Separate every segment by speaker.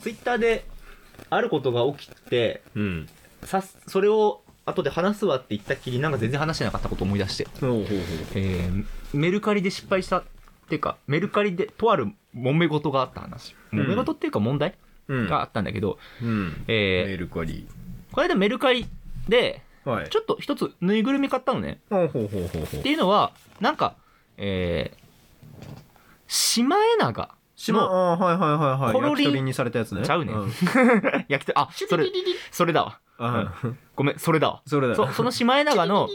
Speaker 1: ツイッターであることが起きて
Speaker 2: うん。
Speaker 1: さすそれを後で話すわって言ったっきりなんか全然話してなかったこと思い出して、
Speaker 2: ほうほうほう。
Speaker 1: えーメルカリで失敗したっていうかメルカリでとある揉め事があった話
Speaker 2: うん
Speaker 1: 揉め事っていうか問題
Speaker 2: うん。
Speaker 1: があったんだけど、
Speaker 2: うん。
Speaker 1: え
Speaker 2: メルカリ。
Speaker 1: ーこの間メルカリで
Speaker 2: はい。
Speaker 1: ちょっと一つぬいぐるみ買ったのね
Speaker 2: ほうほうほうほうほう
Speaker 1: って。いうのはなんかえーシマエナガ
Speaker 2: 島、
Speaker 1: の
Speaker 2: ああー、はいはいはいはい。
Speaker 1: コロリン
Speaker 2: 焼き鳥にされたやつね。
Speaker 1: ちゃうねん
Speaker 2: ん。
Speaker 1: 焼き鳥あそれそれだわ
Speaker 2: あー
Speaker 1: ごめんそれだわ
Speaker 2: それだ
Speaker 1: そそのシマエナガの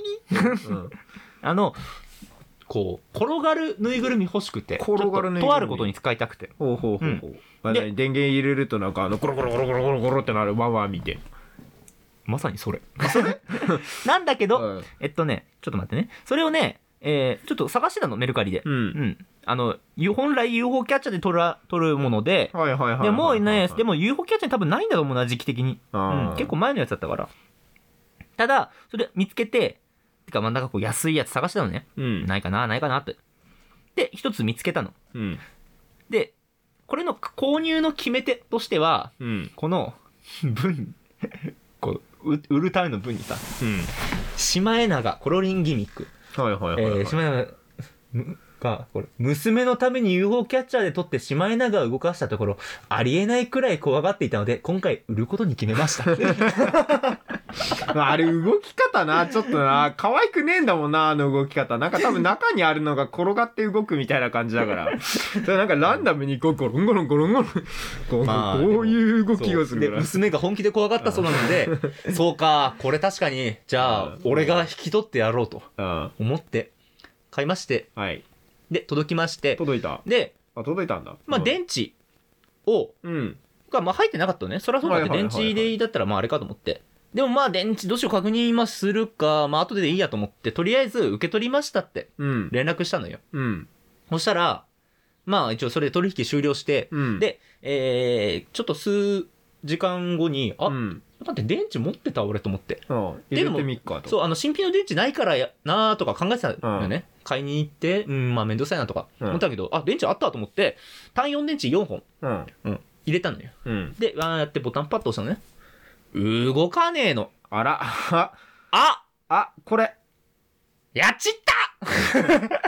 Speaker 2: うん
Speaker 1: あのこう転がるぬいぐるみ欲しくて
Speaker 2: 転がるぬいぐる
Speaker 1: ちょっ
Speaker 2: み
Speaker 1: ととあることに使いたくて
Speaker 2: ほうほうほうほう。あ
Speaker 1: で
Speaker 2: 何電源入れるとなんかあのゴロゴロゴロゴロゴロゴロってなるワンワン見て。
Speaker 1: まさにそれ なんだけど、
Speaker 2: うん
Speaker 1: えっとねちょっと待ってねそれをね、えーちょっと探してたのメルカリで
Speaker 2: う。
Speaker 1: うんあの U- 本来 UFO キャッチャーで撮ら撮るもので、
Speaker 2: はいはいはいはいはい。
Speaker 1: でもうね、で
Speaker 2: も、
Speaker 1: も UFO キャッチャーに多分ないんだと思うな時期的に、うん、結構前のやつだったからただそれ見つけててかまあなんかこう安いやつ探してたのね
Speaker 2: うん、
Speaker 1: ないかなないかなってで一つ見つけたの
Speaker 2: うん、
Speaker 1: でこれの購入の決め手としては
Speaker 2: うん、
Speaker 1: この 文 こうう売るための文にさ
Speaker 2: うん。
Speaker 1: 「シマエナガコロリンギミック」
Speaker 2: はいはいはい、はい
Speaker 1: えーシマエナガむがこれ娘のために UFO キャッチャーで撮ってシマエナガを動かしたところありえないくらい怖がっていたので今回売ることに決めました
Speaker 2: まああれ動き方な、ちょっとな、可愛くねえんだもんな、あの動き方。なんか多分中にあるのが転がって動くみたいな感じだから。それなんかランダムにこうゴロンゴロンゴロンゴロン、こう、
Speaker 1: まあ
Speaker 2: こういう動きをす
Speaker 1: で
Speaker 2: るから。
Speaker 1: 娘が本気で怖がったそうなの でそうかこれ確かにじゃ
Speaker 2: う
Speaker 1: あ
Speaker 2: ん
Speaker 1: 俺が引き取ってやろうと
Speaker 2: うん。
Speaker 1: 思って買いまして
Speaker 2: はい。
Speaker 1: で届きまして
Speaker 2: 届いた。
Speaker 1: で
Speaker 2: あ、届いたんだ。
Speaker 1: まあ、
Speaker 2: うん、
Speaker 1: 電池を、
Speaker 2: うん。
Speaker 1: が、まあ、入ってなかったのね。そりゃそうだけど、
Speaker 2: はいは
Speaker 1: 電
Speaker 2: いはいはい
Speaker 1: 池でだったら、まあ、あれかと思って。でも、まあ、電池どうしよう確認今するか、まあ、後でいいやと思って、とりあえず受け取りましたって
Speaker 2: うん。
Speaker 1: 連絡したのよ。
Speaker 2: うん。
Speaker 1: そしたら、まあ、一応それで取引終了して、
Speaker 2: うん。
Speaker 1: で、えー、ちょっと数時間後に、あ、
Speaker 2: うん。
Speaker 1: だって電池持ってた俺と思って。
Speaker 2: うん入
Speaker 1: でで
Speaker 2: れ
Speaker 1: も
Speaker 2: てみっかと。
Speaker 1: そう、あの、新品の電池ないからやなーとか考えてたのよね。買いに行って、うん、まあ、めんどくさいなとか思ったけど、あ、電池あったと思って、単4電池4本
Speaker 2: う。うん。
Speaker 1: 入れたのよ。
Speaker 2: うん。
Speaker 1: で、わーやってボタンパッと押したのね。動かねえの。
Speaker 2: あら、 あ、
Speaker 1: あ
Speaker 2: あ、これ。
Speaker 1: やっちった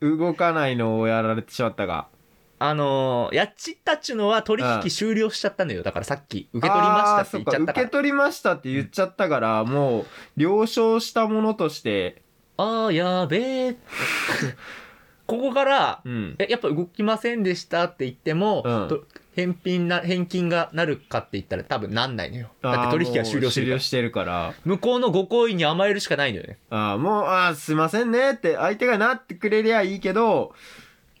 Speaker 2: 動かないのをやられてしまったが。
Speaker 1: あのー、やっちったっちゅうのは取
Speaker 2: うん
Speaker 1: 引終了しちゃったのよ。だからさっき、受け取りましたって言っちゃった
Speaker 2: あーそか
Speaker 1: か
Speaker 2: 受
Speaker 1: ら
Speaker 2: け。取りましたって言っちゃったから、もう了承したものとして、
Speaker 1: あー、やべえ。ここから、
Speaker 2: うん、
Speaker 1: え、やっぱ動きませんでしたって言っても、
Speaker 2: うん
Speaker 1: と返品な、返金がなるかって言ったら多分なんないのよ。だって取引は終了してる
Speaker 2: あーもう終
Speaker 1: から
Speaker 2: 了してるから
Speaker 1: 向こうのご好意に甘えるしかないのよね。
Speaker 2: あーもうあーすいませんねって相手がなってくれりゃいいけど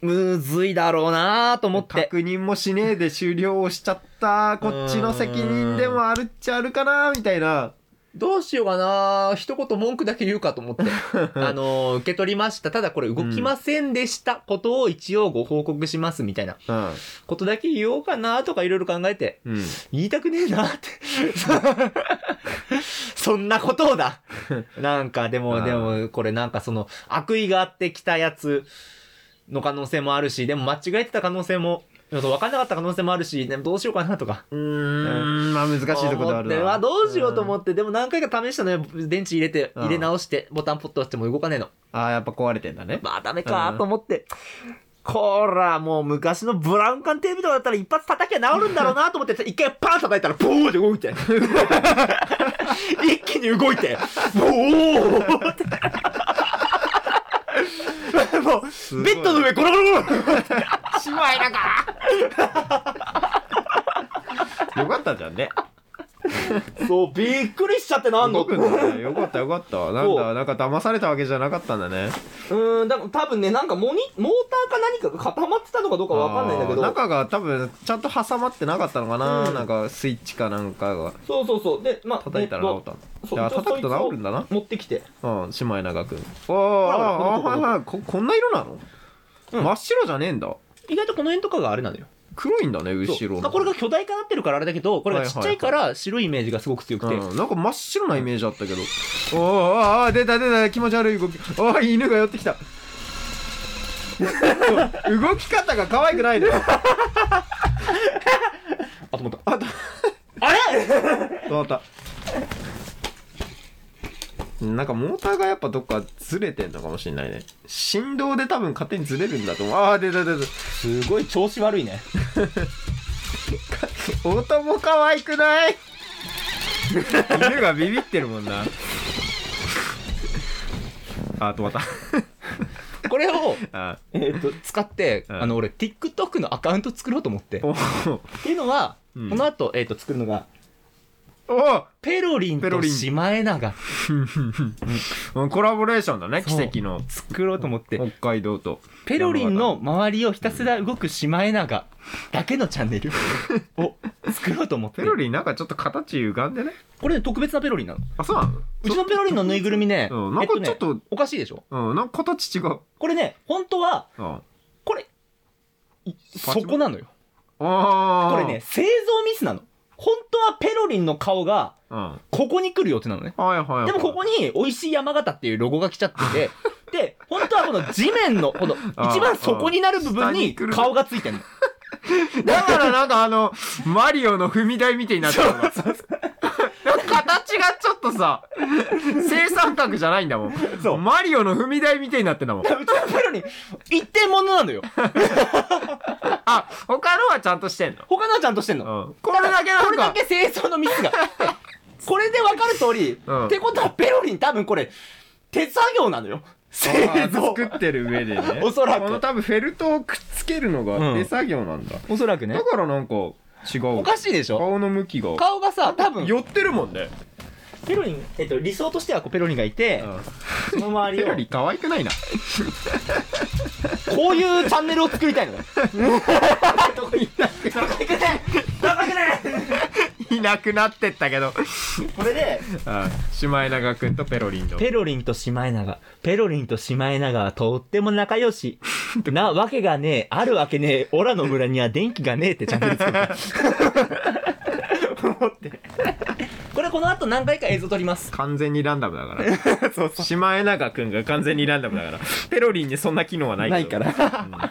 Speaker 1: むずいだろうなーと思って。
Speaker 2: 確認もしねえで終了をしちゃったこっちの責任でもあるっちゃあるかなみたいな
Speaker 1: どうしようかな一言文句だけ言うかと思 って。あのー受け取りました。ただこれ動きませんでしたことを一応ご報告しますみたいな
Speaker 2: うん
Speaker 1: ことだけ言おうかなとかいろいろ考えて、
Speaker 2: うん
Speaker 1: 言いたくねえな って。そんなことを だ。なんかで
Speaker 2: あ
Speaker 1: も、
Speaker 2: ー
Speaker 1: でもこれなんかその悪意があってきたやつの可能性もあるし、でも間違えてた可能性も、分かんなかった可能性もあるし、でもどうしようかなとか。
Speaker 2: うーんまあ難しいところではある
Speaker 1: 思って
Speaker 2: な
Speaker 1: わどうしようと思って、でも何回か試したのよ電池入れて
Speaker 2: うん
Speaker 1: 入れ直してボタンポッと押しても動かねえの
Speaker 2: あーやっぱ壊れてん だね
Speaker 1: まあダメかと思って、こらもう昔のブラウン管テレビとかだったら一発叩きゃ治るんだろうなと思って一回パン叩いたらボーって動い て一気に動いてボーってもう
Speaker 2: ご
Speaker 1: ベ
Speaker 2: い
Speaker 1: ッドの上ゴロゴロゴロ
Speaker 2: しまいなかよかったじゃんね
Speaker 1: そうびっくりしちゃってなんの
Speaker 2: 動くんだねよかったよかったなん
Speaker 1: そ
Speaker 2: だなんか騙されたわけじゃなかったんだね
Speaker 1: うーん、だから多分ね、なんかモニ、モーターか何かが固まってたのかどうかわかんないんだけ
Speaker 2: あー
Speaker 1: ど、
Speaker 2: 中が多分ちゃんと挟まってなかったのかな、
Speaker 1: うん
Speaker 2: なんかスイッチかなんかが
Speaker 1: そうそうそう。で、まあ、
Speaker 2: 叩いたら治っ
Speaker 1: え
Speaker 2: たの、
Speaker 1: っとそう
Speaker 2: あ
Speaker 1: ちょっ
Speaker 2: 叩くと治るんだな
Speaker 1: そいつを持ってきて。
Speaker 2: うんシマエナガ君おー
Speaker 1: らほら
Speaker 2: あー
Speaker 1: ほら
Speaker 2: はいはいここんな色なの、
Speaker 1: うん
Speaker 2: 真っ白じゃねえんだ
Speaker 1: 意外とこの辺とかがあれなのよ。
Speaker 2: 黒いんだね
Speaker 1: そう
Speaker 2: 後ろ
Speaker 1: ま
Speaker 2: の
Speaker 1: あこれが巨大化なってるからあれだけど、これがちっちゃいから白いイメージがすごく強くて。
Speaker 2: うん、なんか真っ白なイメージあったけど、おーおーあー出た出た気持ち悪い動きおー犬が寄っ てきたそう動き方が可愛くないのよわかったなんかモーターがやっぱどっかずれてんのかもしれないね振動で多分勝手にずれるんだと思うああ出た出た
Speaker 1: すごい調子悪いね
Speaker 2: 音も可愛くない 犬がビビってるもんなあ止まった
Speaker 1: これ を
Speaker 2: あ
Speaker 1: えー、と使って、
Speaker 2: うん
Speaker 1: あの俺 TikTok のアカウント作ろうと思ってっ
Speaker 2: おー
Speaker 1: ていうのは、
Speaker 2: うん
Speaker 1: この後、えー、と作るのが
Speaker 2: おー
Speaker 1: ペロリン
Speaker 2: ペロ
Speaker 1: と
Speaker 2: リン
Speaker 1: シマエナガ
Speaker 2: うんコラボレーションだね奇
Speaker 1: そう
Speaker 2: 跡の
Speaker 1: 作ろうと思って
Speaker 2: 北海道と
Speaker 1: ペロリンの周りをひたすら動くシマエナガだけのチャン ネルを作ろうと思って
Speaker 2: ペロリンなんかちょっと形歪んでね
Speaker 1: これね特別なペロリンなの
Speaker 2: あそうなの
Speaker 1: うちのペロリンのぬいぐるみね,、
Speaker 2: うんなんかちょっ
Speaker 1: え
Speaker 2: と、
Speaker 1: ねおかしいでしょ
Speaker 2: うんなんか形違う、
Speaker 1: これね本当は
Speaker 2: うん、あ
Speaker 1: これい
Speaker 2: パ
Speaker 1: そ
Speaker 2: チモン
Speaker 1: こなのよ
Speaker 2: あ
Speaker 1: これね、製造ミスなの本当はペロリンの顔が
Speaker 2: うん、はい
Speaker 1: ここに来る予定なのね
Speaker 2: はいはい
Speaker 1: でもここに「美味しい山形」っていうロゴが来ちゃ っててで本当はこの地面のこの
Speaker 2: あー
Speaker 1: 一番底になる部分
Speaker 2: 下
Speaker 1: に
Speaker 2: に来る
Speaker 1: 顔がついてんの。
Speaker 2: だからなんかあのマリオの踏み台みたいになってるのが形がちょっとさ正三角じゃないんだもん
Speaker 1: そう
Speaker 2: マリオの踏み台みたいになってんだもん
Speaker 1: うちのプロに一点物なのよ。
Speaker 2: あ他のはちゃんとしてん
Speaker 1: 他のはちゃんとしてんの。
Speaker 2: の、うん、これだけな
Speaker 1: こ
Speaker 2: ん
Speaker 1: れだ
Speaker 2: か
Speaker 1: け清掃のミスが。 これで分かる通り、
Speaker 2: うん
Speaker 1: ってことはペロリン多分これ手作業なのよ。製造。
Speaker 2: 作ってる上でね
Speaker 1: おそらく
Speaker 2: この多分フェルトをくっつけるの
Speaker 1: う
Speaker 2: が
Speaker 1: ん
Speaker 2: 手作業なんだ、
Speaker 1: おそらくね
Speaker 2: だ。からなんか違う
Speaker 1: おかしいでしょ
Speaker 2: 顔の向きが
Speaker 1: 顔がさ多分
Speaker 2: 寄ってるもんね、
Speaker 1: ペロリン、えっと、理想としてはこうペロリンがいて、その周
Speaker 2: ペ
Speaker 1: りを
Speaker 2: ロリ可愛くないな
Speaker 1: こういうチャンネルを作りたいのね。どこ行くねどこ行くねどこ行くね
Speaker 2: いなくなってったけど
Speaker 1: これで、
Speaker 2: シマエナガくんとペロリンの
Speaker 1: ペロリンとシマエナガ、ペロリンとシマエナガはとっても仲良 し。なわけがねえ、あるわけねえ、オラの村には電気がねえってチャンネル作った。 思って。これこの後何回か映像撮ります。
Speaker 2: 完全にランダムだから シマエナガくんが完全にランダムだからペロリンにそんな機能はないけど
Speaker 1: ない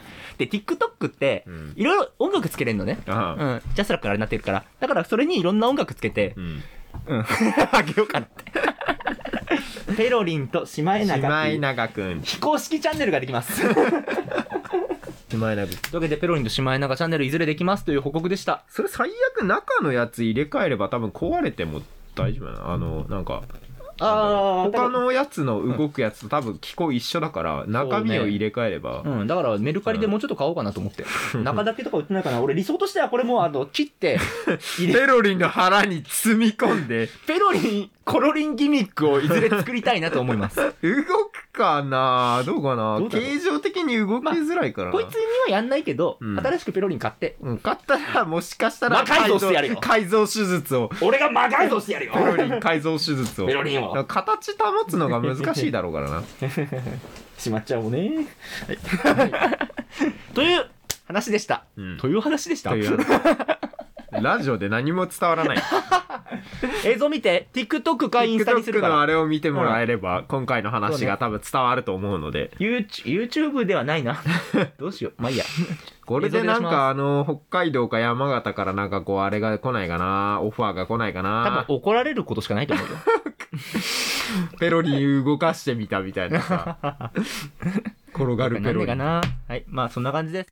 Speaker 1: で、TikTok って
Speaker 2: う、ん
Speaker 1: いろいろ音楽つけれるのね。う
Speaker 2: ああ
Speaker 1: ん。ジャスラックからあれになってるから。だからそれにいろんな音楽つけて、
Speaker 2: うん
Speaker 1: うん。 あげようかなって。 ペロリンとシマエ
Speaker 2: シ
Speaker 1: ナガっ
Speaker 2: マ
Speaker 1: てい
Speaker 2: エ
Speaker 1: う。
Speaker 2: ナガくん
Speaker 1: 非公式チャンネルができます。という
Speaker 2: シマエナガ
Speaker 1: わけで、ペロリンとシマエナガチャンネルいずれできますという報告でした。
Speaker 2: それ最悪中のやつ入れ替えれば多分壊れても大丈夫なのあのなんか
Speaker 1: あ
Speaker 2: 他。のやつの動くやつと多分機構一緒だから中身を入れ替えれば、
Speaker 1: うん、だからメルカリでもうちょっと買おうかなと思って。中だけとか売ってないかな。俺理想としてはこれもうあの、切 って、入れ、
Speaker 2: ペロリンの腹に積み込んで
Speaker 1: ペロリン、コロリンギミックをいずれ作りたいなと思います。
Speaker 2: 動くかなどうかな
Speaker 1: どうだろう
Speaker 2: 形状的に動きづらいからな、
Speaker 1: こいつにはやんないけど、
Speaker 2: うん
Speaker 1: 新しくペロリン買って、
Speaker 2: うん勝ったらもしかしたら
Speaker 1: 魔改造してやるよ
Speaker 2: 改造手 術を
Speaker 1: 俺が魔改造してや るよ
Speaker 2: ペロリン改造手術を
Speaker 1: ペロリン
Speaker 2: だから
Speaker 1: を。
Speaker 2: 形保つのが難しいだろうからな
Speaker 1: しまっちゃおうね。という話でした。
Speaker 2: うん
Speaker 1: という話でした
Speaker 2: という ラジオで何も伝わらない
Speaker 1: 映像見て TikTok かインスタにする
Speaker 2: TikTok
Speaker 1: か
Speaker 2: の
Speaker 1: ら
Speaker 2: あれを見てもらえれば今回の話が多分伝わると思うので
Speaker 1: YouTube, YouTube ではない などうしようまあいいや
Speaker 2: これでなん
Speaker 1: 映像でお願いしま
Speaker 2: かあの北海道か山形からなんかこうあれが来ないかなオファーが来ないか
Speaker 1: 多分
Speaker 2: な
Speaker 1: 怒られることしかないと思うよ
Speaker 2: ペロリン動かしてみたみたいなさ転がるペロ
Speaker 1: 何
Speaker 2: リ
Speaker 1: か
Speaker 2: ン
Speaker 1: なはいまあそんな感じです